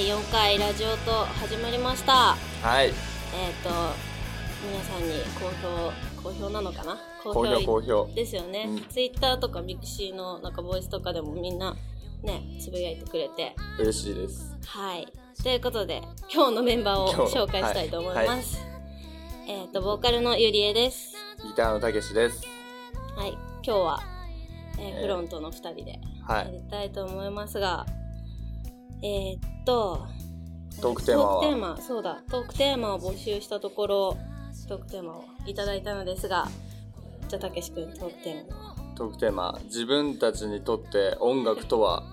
ラジオと始まりましたはいえっ、と皆さんに好評好評なのかな好好評好評ですよね、うんツイッターとかミクシーのなんかボイスとかでもみんなねつぶやいてくれて嬉しいですはいということで今日のメンバーを今日紹介したいと思いはいます、えっ、とボーカルのゆりえですギターのたけしですはい今日は、えーえーフロントの2人ではやいりたいと思いますが、えーっとトークテーマはトークテーマそうだトークテーマを募集したところトークテーマをいただいたのですがじゃあたけし君トークテーマトークテーマ自分たちにとって音楽とは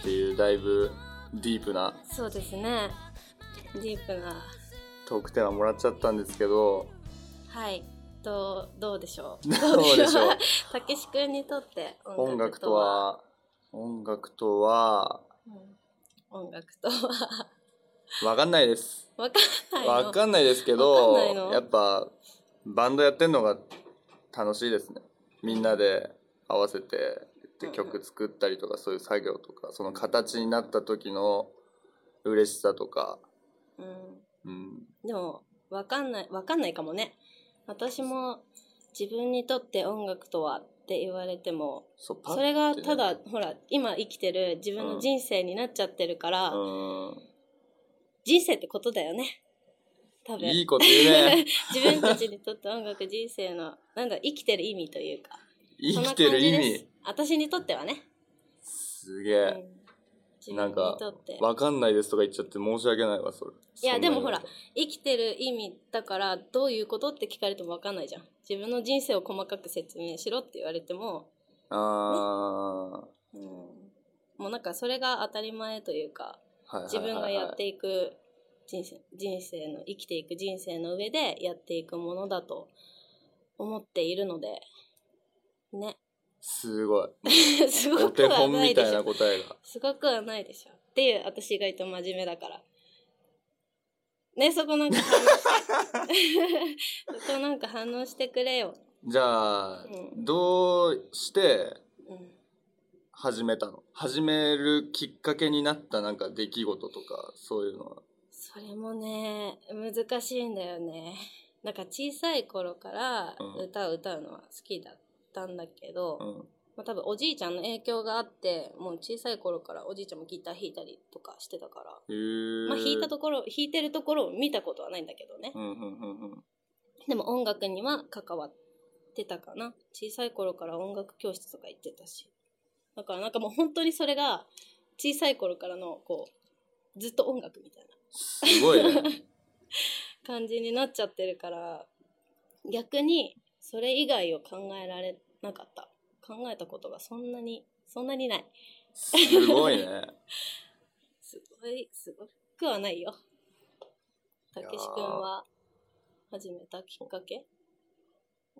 っていうだいぶディープなそうですねディープなトークテーマもらっちゃったんですけどはいどうどうでしょうどうでしょう たけし君にとって音楽とは音楽とは音楽とはわかんないですわかんないのわかんないですけわかんないのどやっぱバンドやってんのが楽しいですねみんなで合わせてうでんうん曲作ったりとかそういう作業とかその形になった時の嬉しさとか、うんうん、でも、わかんない、わかんないかもね。私も、自分にとって音楽とはって言われても、そうパッそれがてねただ、ほら、今生きてる自分の人生になっちゃってるから、うん人生ってことだよね。多分。いいこ と言うね自分たちにとって音楽人生の、なんだ、生きてる意味というか。生きてる意そんな感じです味。私にとってはね。すげうえ、ん、自な分んにかとって。わかんないですとか言っちゃって申し訳ないわそれいやそんなでもほなんらか生きてる意味だからどういうことって聞かれてもわかんないじゃん自分の人生を細かく説明しろって言われても、あうん、もうなんかそれが当たり前というかあ自分がやっていいく人生人生の生きていく人生の上でやっていくものだと思っているのでね すごいすおごく手は本なみいでたいしなょ答えがすごくはないでしょっていう私意外と真面目だからねそこなんか 反応してそこなんか反応してくれよ、じゃあ、うんどうしてうん、始めたの始めるきっかけになったなんか出来事とかそういうのはそれもね難しいんだよねなんか小さい頃からうん歌を歌うのは好きだったんだけど、うんまあ、多分おじいちゃんの影響があってもう小さい頃からおじいちゃんもギター弾いたりとかしてたから、へーまあ、弾いたところ弾いてるところを見たことはないんだけどね、うんうんうんうんでも音楽には関わってたかな。小さい頃から音楽教室とか行ってたし。だからなんかもう本当にそれが小さい頃からのこう、ずっと音楽みたいなすごいね感じになっちゃってるから、逆にそれ以外を考えられなかった。考えたことがそんなに、そんなにない。すごいねすごい、すごくはないよ。たけしくんは始めたきっかけ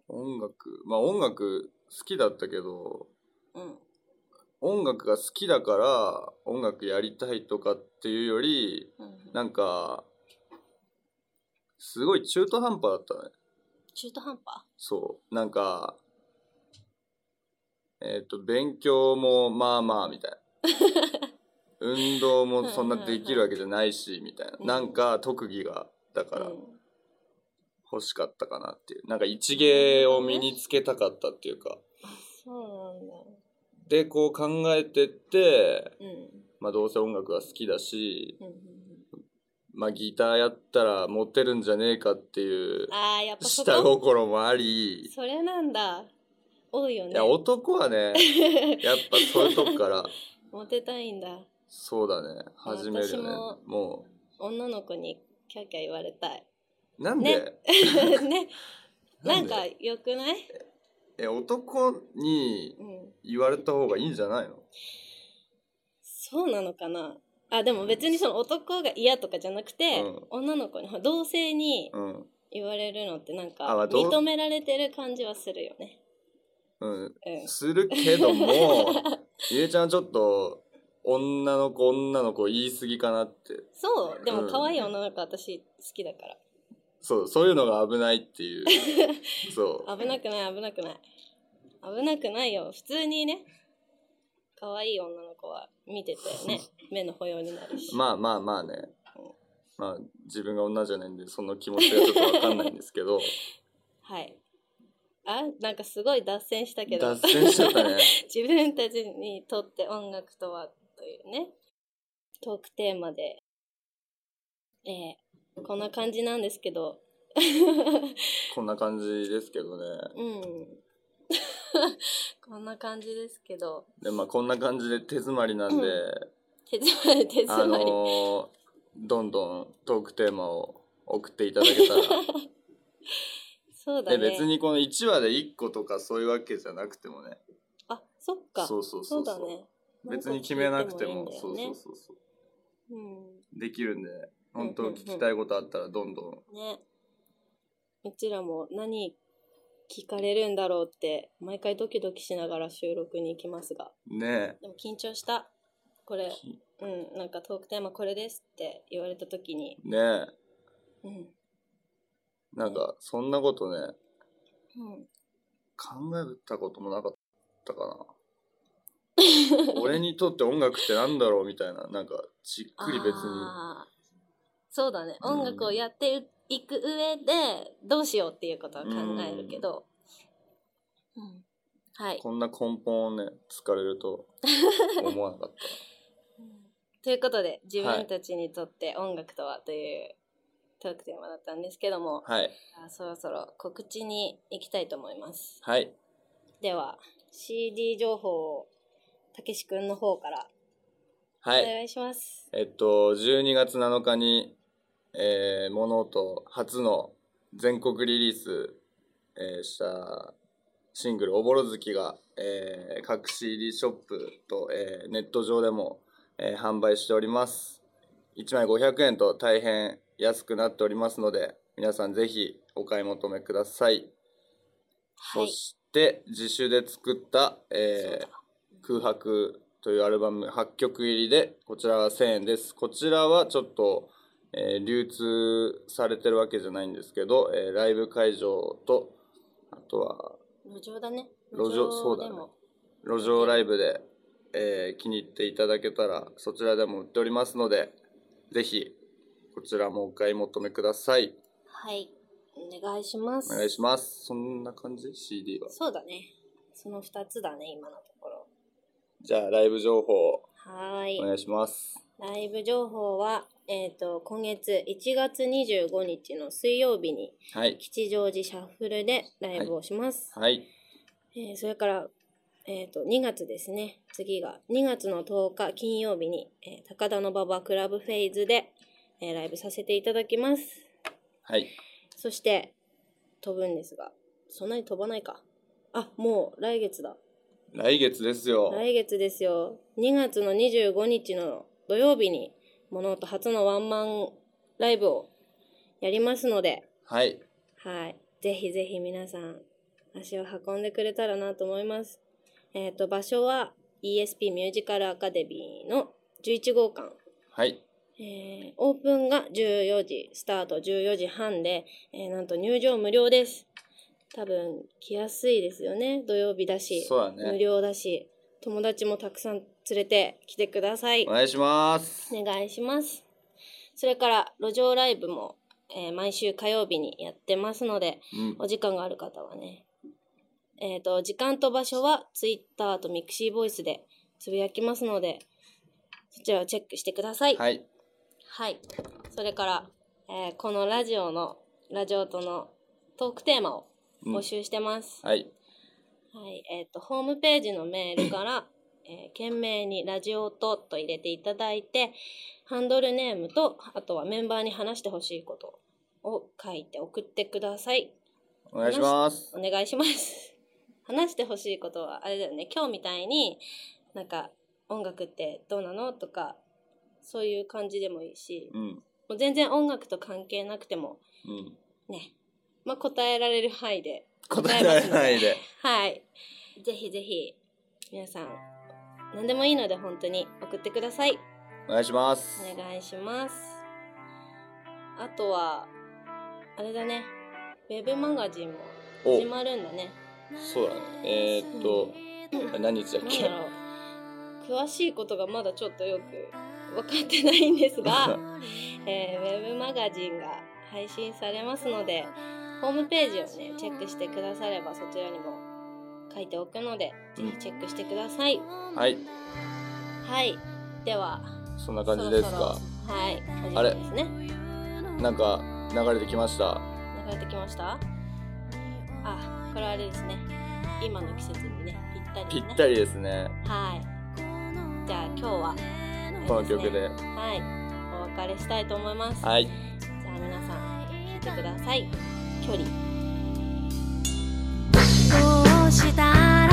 音楽まあ音楽好きだったけどうん。音楽が好きだから音楽やりたいとかっていうよりうんなんかすごい中途半端だったね中途半端そう。なんか、えっ、と、勉強もまあまあみたい な。運動もそんなできるわけじゃないし、みたいうんな。なんか特技が、だからうん欲しかったかなっていう。なんか一芸を身につけたかったっていうか。そうなんだ。で、こう考えてって、うん。まあどうせ音楽が好きだし、うんうんうんまあギターやったらモテるんじゃねえかっていうああ、やっぱそ下こ。心もあり、それなんだ。多いよいねや。男はね、やっぱそういうとこから、モテたいんだ。そうだね始めるよ私ねもも女の子にキャーキャー言われた い。うなんで、ねね。ななんんでか良くない え男にうん。言われた方がいいんじゃないのそうなのかなあ、でも別にその男が嫌とかじゃなくて、うん女の子に、同性にうん言われるのってなんあまかあ、同認められてる感じはするよね。うんうん。するけど もゆえちゃんちょっと女の子女の子言い過ぎかなってそう。でうもん可愛い女の子私好きだから。そうそういうのが危ないっ ていうそう危なくない危なくない危なくないよ普通にね 可愛い女の子は見ててね目の保養になるし、まあまあまあねまあ自分が女じゃないんでその気持ちがちょっとわかんないんですけどはいあなんかすごい脱線したけど脱線しちゃったね 自分たちにとって音楽とはというねトークテーマで、えーこんな感じなんですけど こんな感じですけどねうん こんな感じですけどでまあこんな感じで手詰まりなんで、手詰まり手あ詰まり、のーどんどんトークテーマを送っていただけたら そうだでね別にこの1話で1個とかそういうわけじゃなくてもねあそっかそうそうそうそうだね別に決めなくてもなんか聞いてそもういいんだよねそうそうそううんできるんで本うん当うんうん聞きたいことあったらどんどんねうちらも何聞かれるんだろうって毎回ドキドキしながら収録に行きますがねでも緊張したこれきうんなんかトークテーマこれですって言われた時にねえうんなんかそんなことねうん考えたこともなかった かな俺にとって音楽ってなんだろうみたいななんかじっくり別にあーそうだねうん音楽をやっていく上でどうしようっていうことは考えるけどうんはいこんな根本をね疲れると思わなかっということで自分たちにとって音楽とはというトークテーマだったんですけども、たはいあそろそろ告知に行きたいと思いますはいでは CD 情報をたけし君の方からおはい願いします、えっと12月7日にえー、物音初の全国リリース、えーしたシングル「おぼろ月が」えー各 CD ショップと、えーネット上でも、えー販売しております1枚500円と大変安くなっておりますので皆さんぜひお買い求めください、はいそして自主で作った、えー空白というアルバム8曲入りでこちらは1000円ですこちらはちょっと、えー流通されてるわけじゃないんですけど、えーライブ会場とあとは路上だね路上そうだねでも路上ライブで、えー気に入っていただけたらそちらでも売っておりますのでぜひこちらもお買い求めくださいはいお願いしますお願いしますそんな感じ CD はそうだねその2つだね今のところじゃあライブ情報はーいお願いしますライブ情報は、えー、と今月1月25日の水曜日にはい吉祥寺シャッフルでライブをします、はいえーそれから、えー、と2月ですね次が2月の10日金曜日に、えー高田の馬場クラブフェイズで、えーライブさせていただきますはいそして飛ぶんですがそんなに飛ばないかあもう来月だ来月ですよ来月ですよ2月の25日の土曜日に物音初のワンマンライブをやりますのではいはいぜひぜひ皆さん足を運んでくれたらなと思いますえっ、と場所は ESP ミュージカルアカデミーの11号館はいえーオープンが14時スタート14時半で、えーなんと入場無料です多分来やすいですよね土曜日だしそうだね無料だし友達もたくさん連れて来てくださいお願いしますお願いしますそれから路上ライブも、えー毎週火曜日にやってますのでうんお時間がある方はねえっ、と時間と場所は Twitter と Mixi ボイスでつぶやきますのでそちらをチェックしてくださいはいはい。それから、えーこのラジオの、ラジオとのトークテーマをうん募集してます。はいはい。えっ、と、ホームページのメールから、えー懸命にラジオとと入れていただいて、ハンドルネームと、あとはメンバーに話してほしいことを書いて送ってください。お願いしますお願いします。 話してほしいことはあれだよね今日みたいになんか音楽ってどうなのとかそういう感じでもいいし、うんもう全然音楽と関係なくてもうんね、まあ、答えられる範囲で答えられないではいぜひぜひ皆さん何でもいいので本当に送ってくださいお願いしますお願いしますあとはあれだねウェブマガジンもお始まるんだねそうだねえー、っと何日だっなんけ、だろ う詳しいことがまだちょっとよく分かってないんですがえーウェブマガジンが配信されますのでホームページをねチェックしてくださればそちらにも書いておくので、うんぜひチェックしてくださいはいはいではそんな感じですそろかそろはいあ感れじですねなんか流れてきました流れてきましたあこれはあれですね今の季節にねぴったりぴですねったりですねはいじゃあ今日はこの曲ではい、お別れしたいと思います。はいじゃあ皆さん聞いてください。距離。どうした